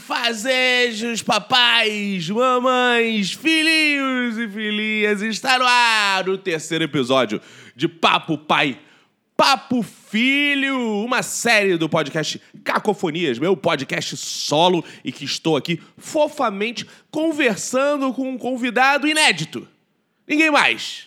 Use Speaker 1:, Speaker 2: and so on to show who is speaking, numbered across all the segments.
Speaker 1: Fazejos, papais, mamães, filhinhos e filhinhas, está no ar o terceiro episódio de Papo Pai, Papo Filho, uma série do podcast Cacofonias, meu podcast solo e que estou aqui fofamente conversando com um convidado inédito. Ninguém mais,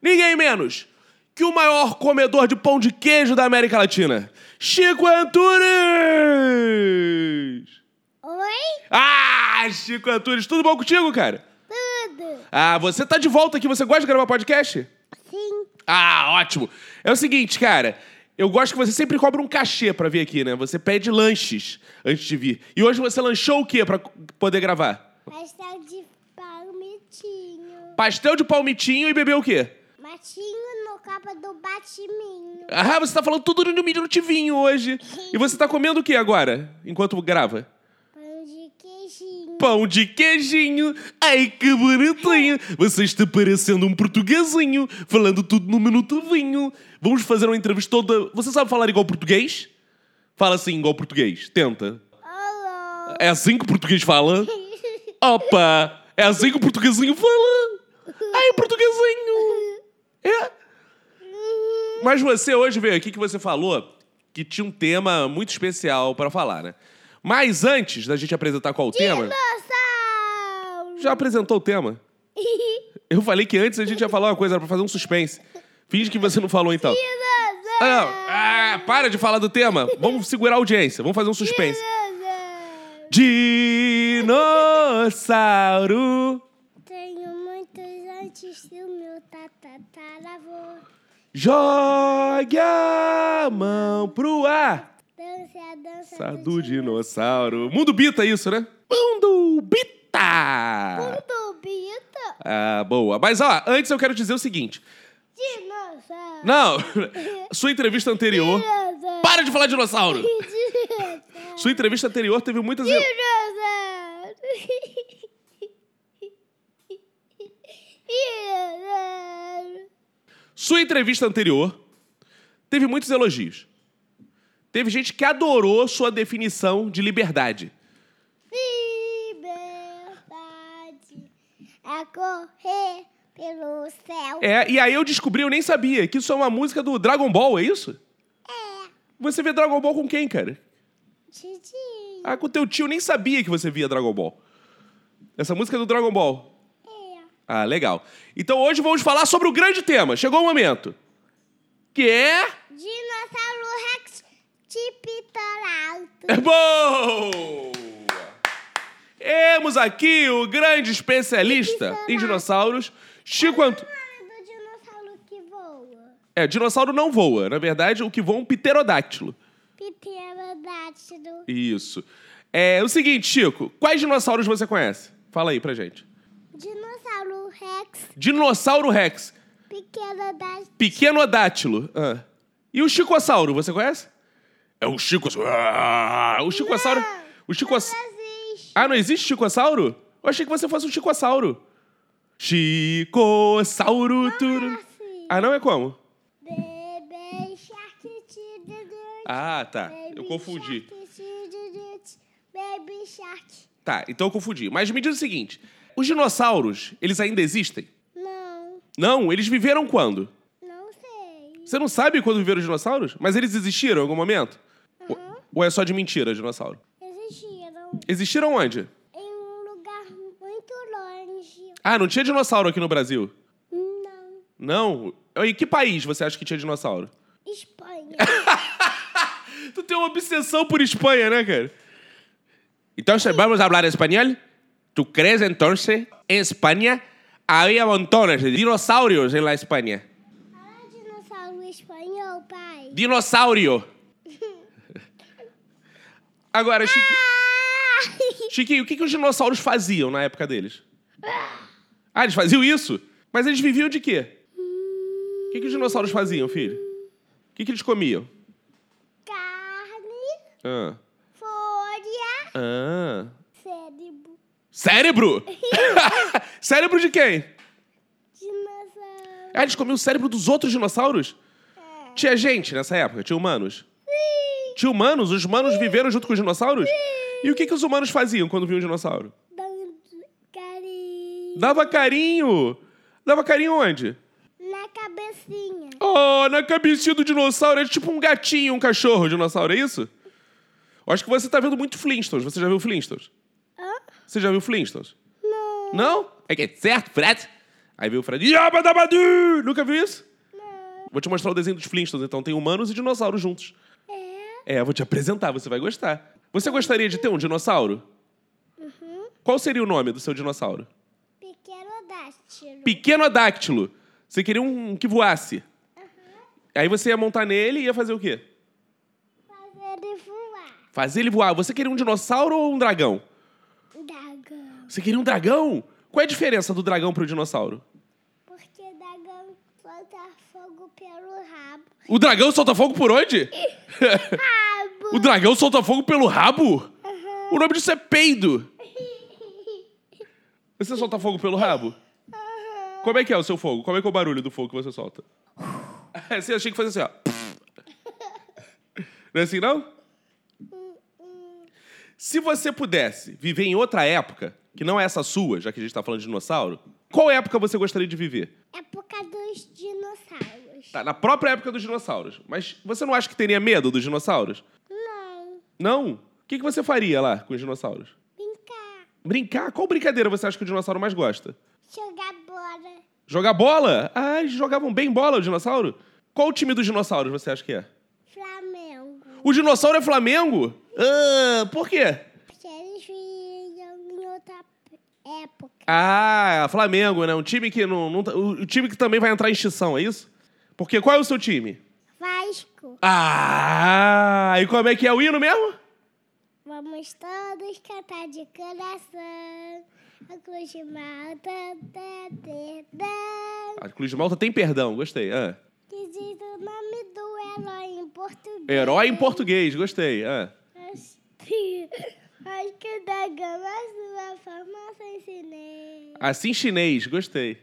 Speaker 1: ninguém menos que o maior comedor de pão de queijo da América Latina, Chico Antunes!
Speaker 2: Oi?
Speaker 1: Ah, Chico Antunes, tudo bom contigo, cara?
Speaker 2: Tudo?
Speaker 1: Ah, você tá de volta aqui, você gosta de gravar podcast?
Speaker 2: Sim.
Speaker 1: Ah, ótimo. É o seguinte, cara, eu gosto que você sempre cobra um cachê pra vir aqui, né? Você pede lanches antes de vir. E hoje você lanchou o quê pra poder gravar?
Speaker 2: Pastel tá de palmitinho.
Speaker 1: Pastel de palmitinho e bebeu o quê?
Speaker 2: Matinho no capa do batiminho.
Speaker 1: Ah, você tá falando tudo no milho no tivinho hoje. E você tá comendo o quê agora, enquanto grava?
Speaker 2: Pão de queijinho.
Speaker 1: Pão de queijinho, ai que bonitinho! Você está parecendo um portuguesinho, falando tudo no minuto vinho. Vamos fazer uma entrevista toda. Você sabe falar igual português? Fala assim, igual português. Tenta.
Speaker 2: Olá.
Speaker 1: É assim que o português fala? Opa! É assim que o portuguesinho fala? Ai, portuguesinho! É? Mas você hoje veio aqui que você falou que tinha um tema muito especial para falar, né? Mas antes da gente apresentar qual o tema.
Speaker 2: Dinossauro.
Speaker 1: Já apresentou o tema? Eu falei que antes a gente ia falar uma coisa, era pra fazer um suspense. Finge que você não falou então. Ah, não.
Speaker 2: Dinossauro.
Speaker 1: Ah, para de falar do tema. Vamos segurar a audiência, vamos fazer um suspense.
Speaker 2: Dinossauro.
Speaker 1: Dinossauro
Speaker 2: Tenho muitos antes do meu tataravô.
Speaker 1: jogue a mão pro ar.
Speaker 2: Dança a dança
Speaker 1: Sa- Do dinossauro. Mundo Bita, isso, né? Mundo Bita!
Speaker 2: Do Bito.
Speaker 1: Ah, boa. Mas, ó, antes eu quero dizer o seguinte.
Speaker 2: Dinossauro.
Speaker 1: Não, sua entrevista anterior.
Speaker 2: Dinossauro.
Speaker 1: Para de falar dinossauro!
Speaker 2: Dinossauro.
Speaker 1: Sua entrevista anterior teve muitas.
Speaker 2: Dinossauro. Dinossauro.
Speaker 1: Sua entrevista anterior teve muitos elogios. Teve gente que adorou sua definição de liberdade.
Speaker 2: Liberdade a correr pelo céu.
Speaker 1: É, e aí eu descobri, eu nem sabia, que isso é uma música do Dragon Ball, é isso? É. Você vê Dragon Ball com quem, cara?
Speaker 2: Titi.
Speaker 1: Ah, com teu tio, eu nem sabia que você via Dragon Ball. Essa música é do Dragon Ball.
Speaker 2: É.
Speaker 1: Ah, legal. Então hoje vamos falar sobre o grande tema. Chegou o momento. Que é.
Speaker 2: Dinossauro Rex de
Speaker 1: É
Speaker 2: Pitoralto.
Speaker 1: bom! Temos aqui o grande especialista em dinossauros, Chico Antu...
Speaker 2: Nome do dinossauro que voa.
Speaker 1: É, dinossauro não voa. Na verdade, o que voa é um pterodáctilo.
Speaker 2: Pterodátilo.
Speaker 1: Isso. É o seguinte, Chico, quais dinossauros você conhece? Fala aí pra gente.
Speaker 2: Dinossauro Rex.
Speaker 1: Dinossauro Rex,
Speaker 2: Pterodátilo.
Speaker 1: pequenodátilo. Ah. E o chicossauro, você conhece? É o chicossauro. Ah, o chicossauro... O chicoss...
Speaker 2: Existe.
Speaker 1: Ah, não existe chicossauro? Eu achei que você fosse um chicossauro. Chicossauro. turu.
Speaker 2: Assim.
Speaker 1: Ah, não é como?
Speaker 2: Bebê Shark Tididit.
Speaker 1: Ah, tá.
Speaker 2: É,
Speaker 1: Eu confundi.
Speaker 2: Shark, tididit. Baby Shark.
Speaker 1: Tá, então eu confundi. Mas me diz o seguinte: os dinossauros, eles ainda existem?
Speaker 2: Não,
Speaker 1: Não, eles viveram quando?
Speaker 2: não sei.
Speaker 1: Você não sabe quando viveram os dinossauros? Mas eles existiram em algum momento? Ou- Ou é só de mentira, dinossauro?
Speaker 2: Existiram
Speaker 1: Existiram onde?
Speaker 2: em um lugar muito longe.
Speaker 1: Ah, não tinha dinossauro aqui no Brasil?
Speaker 2: Não.
Speaker 1: Não? Em que país você acha que tinha dinossauro?
Speaker 2: Espanha.
Speaker 1: Tu tem uma obsessão por Espanha, né, cara? Então, vamos falar espanhol? Tu crees, então, em Espanha havia montones de dinossauros em la Espanha?
Speaker 2: Fala dinossauro espanhol, pai.
Speaker 1: Dinossauro! Agora, Chiqui-
Speaker 2: Ah!
Speaker 1: Chiquinho, o que, que os dinossauros faziam na época deles? Ah, eles faziam isso? Mas eles viviam de quê? O que, que os dinossauros faziam, filho? O que, que eles comiam?
Speaker 2: Carne,
Speaker 1: Ah.
Speaker 2: folha,
Speaker 1: ah.
Speaker 2: cérebro,
Speaker 1: Cérebro? cérebro de quem?
Speaker 2: dinossauro.
Speaker 1: Ah, eles comiam o cérebro dos outros dinossauros? Tinha gente nessa época, tinha humanos. Tinha humanos? Os humanos viveram junto com os dinossauros? E o que, que os humanos faziam quando viam um dinossauro?
Speaker 2: Dando carinho
Speaker 1: Dava carinho. Dava carinho onde?
Speaker 2: na cabecinha.
Speaker 1: Oh, na cabecinha do dinossauro. É tipo um gatinho, um cachorro, um dinossauro, é isso? Eu acho que você tá vendo muito Flintstones. Você já viu Flintstones?
Speaker 2: Hã?
Speaker 1: Você já viu Flintstones?
Speaker 2: Não,
Speaker 1: Não? É que é certo, Fred? Aí viu o Fred. Yabadabadu! Nunca viu isso?
Speaker 2: não.
Speaker 1: Vou te mostrar o desenho dos Flintstones, então. Tem humanos e dinossauros juntos.
Speaker 2: É.
Speaker 1: É, eu vou te apresentar, você vai gostar. Você gostaria de ter um dinossauro?
Speaker 2: Uhum.
Speaker 1: Qual seria o nome do seu dinossauro?
Speaker 2: Pequerodáctilo.
Speaker 1: Pequenodáctilo. Você queria um que voasse. Aí você ia montar nele e ia fazer o quê?
Speaker 2: Fazer ele voar.
Speaker 1: Fazer ele voar. Você queria um dinossauro ou um dragão?
Speaker 2: Dragão.
Speaker 1: Você queria um dragão? Qual é a diferença do dragão pro dinossauro?
Speaker 2: Porque dragão solta fogo pelo rabo.
Speaker 1: O dragão solta fogo por onde?
Speaker 2: Rabo!
Speaker 1: O dragão solta fogo pelo rabo? O nome disso é peido. Você solta fogo pelo rabo?
Speaker 2: Aham.
Speaker 1: Como é que é o seu fogo? Como é que é o barulho do fogo que você solta? Você achei que fazia assim, ó. Não é assim, não?
Speaker 2: Hum, hum.
Speaker 1: Se você pudesse viver em outra época, que não é essa sua, já que a gente tá falando de dinossauro, qual época você gostaria de viver?
Speaker 2: Época É dos dinossauros.
Speaker 1: Tá, na própria época dos dinossauros. Mas você não acha que teria medo dos dinossauros?
Speaker 2: Não.
Speaker 1: Não? O que, que você faria lá com os dinossauros?
Speaker 2: Vem cá.
Speaker 1: Brincar? Qual brincadeira você acha que o dinossauro mais gosta?
Speaker 2: Jogar bola.
Speaker 1: Jogar bola? Ah, eles jogavam bem bola, o dinossauro? Qual o time dos dinossauros você acha que é?
Speaker 2: Flamengo.
Speaker 1: O dinossauro é Flamengo? Ah, por quê?
Speaker 2: Porque eles vinham em outra época.
Speaker 1: Ah, Flamengo, né? Um time que não. não tá- o, o time que também vai entrar em extinção, é isso? Porque qual é o seu time?
Speaker 2: Vasco.
Speaker 1: Ah! E como é que é o hino mesmo?
Speaker 2: Vamos todos cantar de coração. A cruz de malta da perdão.
Speaker 1: A Ah, Cruz de Malta tem perdão, gostei. Ah.
Speaker 2: Que diz o nome do herói em português.
Speaker 1: Herói em português, gostei. Ah.
Speaker 2: Acho que- acho que da gama sua formação ensinei.
Speaker 1: Assim chinês, gostei.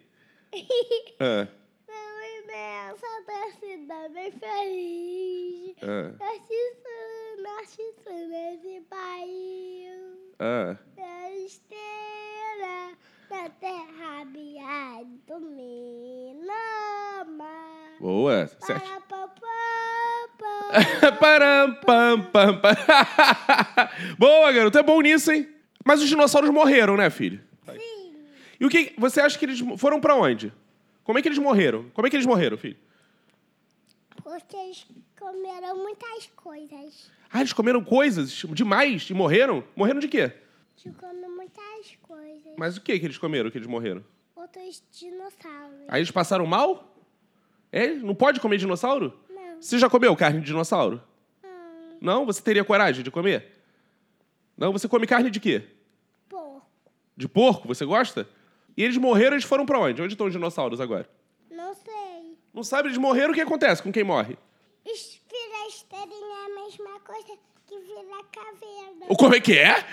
Speaker 1: Ah,
Speaker 2: Sou imensa torcida assim, bem feliz.
Speaker 1: ah,
Speaker 2: Norte, sul, norte, sul nesse país.
Speaker 1: ah.
Speaker 2: Da esteira da terra viado domina o mar.
Speaker 1: Boa, certo.
Speaker 2: Para pá, pá, pá.
Speaker 1: Param, pam, pam, pam. Boa, garoto. É bom nisso, hein? Mas os dinossauros morreram, né, filho?
Speaker 2: Sim,
Speaker 1: E o que você acha que eles foram pra onde? Como é que eles morreram? Como é que eles morreram, filho?
Speaker 2: porque eles comeram muitas coisas.
Speaker 1: Ah, eles comeram coisas demais e morreram? Morreram de quê?
Speaker 2: Eles comem muitas coisas.
Speaker 1: Mas o que que eles comeram que eles morreram?
Speaker 2: Outros dinossauros.
Speaker 1: Aí eles passaram mal? É? Não pode comer dinossauro?
Speaker 2: Não,
Speaker 1: Você já comeu carne de dinossauro?
Speaker 2: não.
Speaker 1: Não? Você teria coragem de comer? Não, você come carne de quê?
Speaker 2: Porco.
Speaker 1: De porco, você gosta? E eles morreram, eles foram pra onde? Onde estão os dinossauros agora?
Speaker 2: Não sei.
Speaker 1: Não sabe, eles morreram, o que acontece com quem morre?
Speaker 2: Es- Vira esteirinha é a mesma coisa que vira caveira.
Speaker 1: Ou como é que é?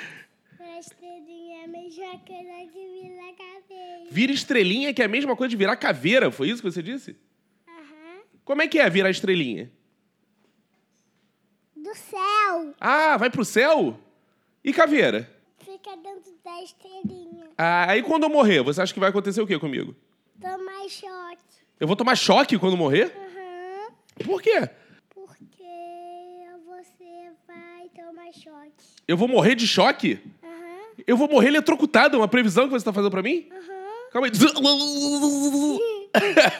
Speaker 2: Vira esteirinha é a mesma coisa que vira caveira.
Speaker 1: Vira estrelinha, que é a mesma coisa de virar caveira, foi isso que você disse?
Speaker 2: Aham.
Speaker 1: Como é que é virar estrelinha?
Speaker 2: Do céu.
Speaker 1: Ah, vai pro céu? E caveira?
Speaker 2: Fica dentro da esteirinha.
Speaker 1: Ah, aí quando eu morrer, você acha que vai acontecer o que comigo?
Speaker 2: Toma choque.
Speaker 1: Eu vou tomar choque quando morrer?
Speaker 2: Aham.
Speaker 1: Por quê?
Speaker 2: Porque você vai tomar choque.
Speaker 1: Eu vou morrer de choque?
Speaker 2: Aham.
Speaker 1: Eu vou morrer eletrocutado, é uma previsão que você tá fazendo pra mim?
Speaker 2: Aham.
Speaker 1: Calma aí.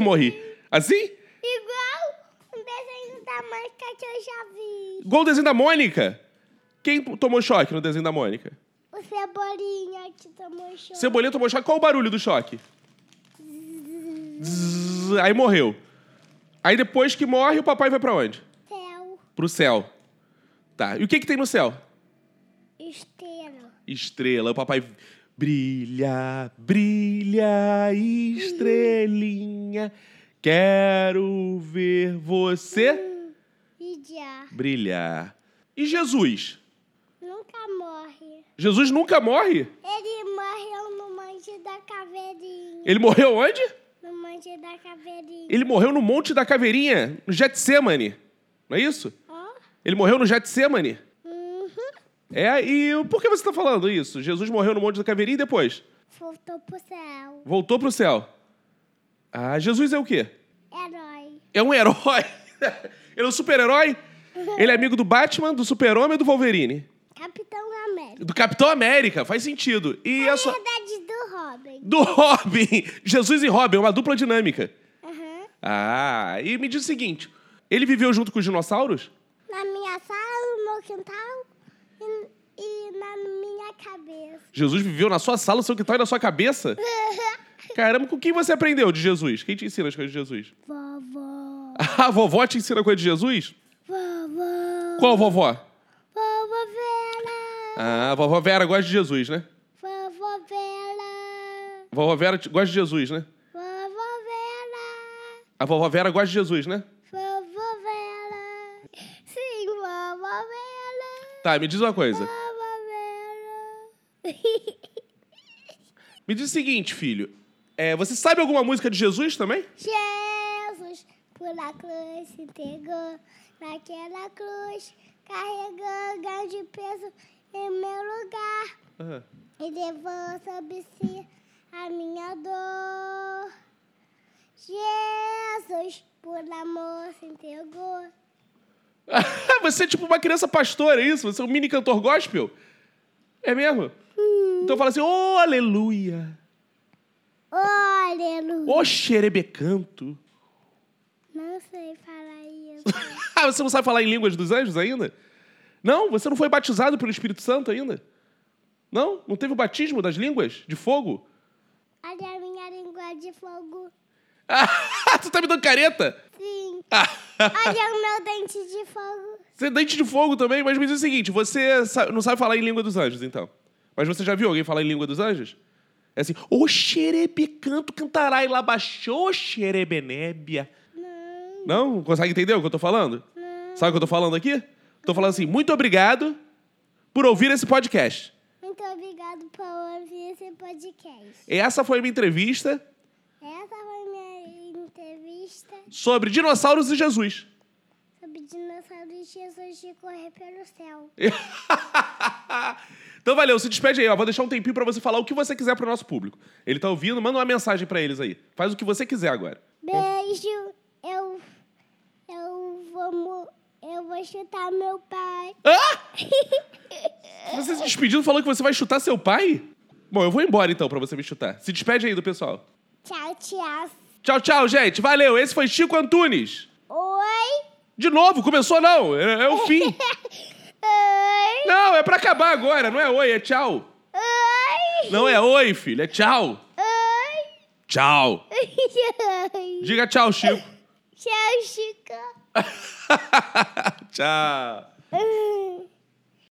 Speaker 1: Morri. Assim?
Speaker 2: Igual um desenho da Mônica que eu já vi.
Speaker 1: Igual o desenho da Mônica. Quem tomou choque no desenho da Mônica?
Speaker 2: O Cebolinha que tomou choque.
Speaker 1: Cebolinha tomou choque. Qual o barulho do choque? Zzz, Aí morreu. Aí depois que morre, o papai vai pra onde?
Speaker 2: Céu.
Speaker 1: Pro céu. Tá. E o que que tem no céu?
Speaker 2: Esteira.
Speaker 1: Estrela. O papai brilha, brilha, estrelinha. Quero ver você
Speaker 2: E já.
Speaker 1: brilhar. E Jesus?
Speaker 2: Nunca morre.
Speaker 1: Jesus nunca morre?
Speaker 2: Ele morreu no monte da caveirinha.
Speaker 1: Ele morreu onde?
Speaker 2: No monte da caveirinha.
Speaker 1: Ele morreu no Monte da Caveirinha, no Getsemane. Não é isso?
Speaker 2: Ó.
Speaker 1: Ele morreu no Getsemane.
Speaker 2: Uhum.
Speaker 1: É, e por que você está falando isso? Jesus morreu no Monte da Caveirinha e depois?
Speaker 2: Voltou pro céu.
Speaker 1: Voltou pro céu. Ah, Jesus é o quê?
Speaker 2: Herói.
Speaker 1: É um herói. Ele é um super-herói? Ele é amigo do Batman, do Super-Homem e do Wolverine.
Speaker 2: Capitão América.
Speaker 1: Do Capitão América, faz sentido. E a sua...
Speaker 2: Verdade do Robin.
Speaker 1: Do Robin! Jesus e Robin, é uma dupla dinâmica.
Speaker 2: Aham.
Speaker 1: Ah, e me diz o seguinte: ele viveu junto com os dinossauros?
Speaker 2: Na minha sala, no meu quintal e, e na minha cabeça.
Speaker 1: Jesus viveu na sua sala, no seu quintal e na sua cabeça? Caramba, com quem você aprendeu de Jesus? Quem te ensina as coisas de Jesus?
Speaker 2: Vovó.
Speaker 1: A vovó te ensina coisa de Jesus?
Speaker 2: Vovó.
Speaker 1: Qual vovó?
Speaker 2: Vovó Vera.
Speaker 1: Ah, a vovó Vera gosta de Jesus, né?
Speaker 2: Vovó Vera.
Speaker 1: A vovó Vera te- gosta de Jesus, né?
Speaker 2: Vovó Vera.
Speaker 1: A vovó Vera gosta de Jesus, né?
Speaker 2: Vovó Vera. Sim, vovó Vera.
Speaker 1: Tá, me diz uma coisa.
Speaker 2: Vovó Vera.
Speaker 1: Me diz o seguinte, filho. É, você sabe alguma música de Jesus também?
Speaker 2: Jesus pela cruz se entregou. Naquela cruz carregou grande peso em meu lugar.
Speaker 1: Aham.
Speaker 2: E levou sobre si a minha dor. Jesus por amor se entregou.
Speaker 1: você é tipo uma criança pastora, é isso? Você é um mini cantor gospel? É mesmo? Então fala assim, oh, aleluia,
Speaker 2: Aleluia.
Speaker 1: oh, xerebecanto.
Speaker 2: Não sei falar isso.
Speaker 1: Ah, você não sabe falar em línguas dos anjos ainda? Não? Você não foi batizado pelo Espírito Santo ainda? Não? Não teve o batismo das línguas de fogo?
Speaker 2: Olha a minha língua de fogo.
Speaker 1: Ah, tu tá me dando careta?
Speaker 2: Sim.
Speaker 1: Ah,
Speaker 2: Olha o meu dente de fogo.
Speaker 1: você é dente de fogo também, mas me diz o seguinte, você sa- não sabe falar em língua dos anjos, então. Mas você já viu alguém falar em língua dos anjos? É assim, ô xerebe canto cantarai lá baixou xerebenébia.
Speaker 2: Não,
Speaker 1: Não? Consegue entender o que eu tô falando?
Speaker 2: não.
Speaker 1: Sabe o que eu tô falando aqui? Tô falando assim, muito obrigado por ouvir esse podcast.
Speaker 2: Muito obrigado por ouvir esse podcast.
Speaker 1: Essa foi a minha entrevista
Speaker 2: Essa foi minha entrevista
Speaker 1: sobre dinossauros e Jesus.
Speaker 2: sobre dinossauro e Jesus de correr pelo céu.
Speaker 1: então valeu, se despede aí, ó. Vou deixar um tempinho pra você falar o que você quiser pro nosso público. Ele tá ouvindo, manda uma mensagem pra eles aí. Faz o que você quiser agora.
Speaker 2: Beijo. Eu, eu, vou, mu- eu vou chutar meu pai.
Speaker 1: Ah! Você se despedindo falou que você vai chutar seu pai? Bom, eu vou embora então pra você me chutar. Se despede aí do pessoal.
Speaker 2: Tchau, tchau.
Speaker 1: Tchau, tchau, gente. Valeu. Esse foi Chico Antunes.
Speaker 2: Oi.
Speaker 1: De novo, começou não. É, é o fim.
Speaker 2: Oi.
Speaker 1: Não, é pra acabar agora. Não é oi, é tchau.
Speaker 2: Oi.
Speaker 1: Não é oi, filho. É tchau. Tchau.
Speaker 2: Oi.
Speaker 1: Diga tchau, Chico.
Speaker 2: Tchau, Chico.
Speaker 1: tchau.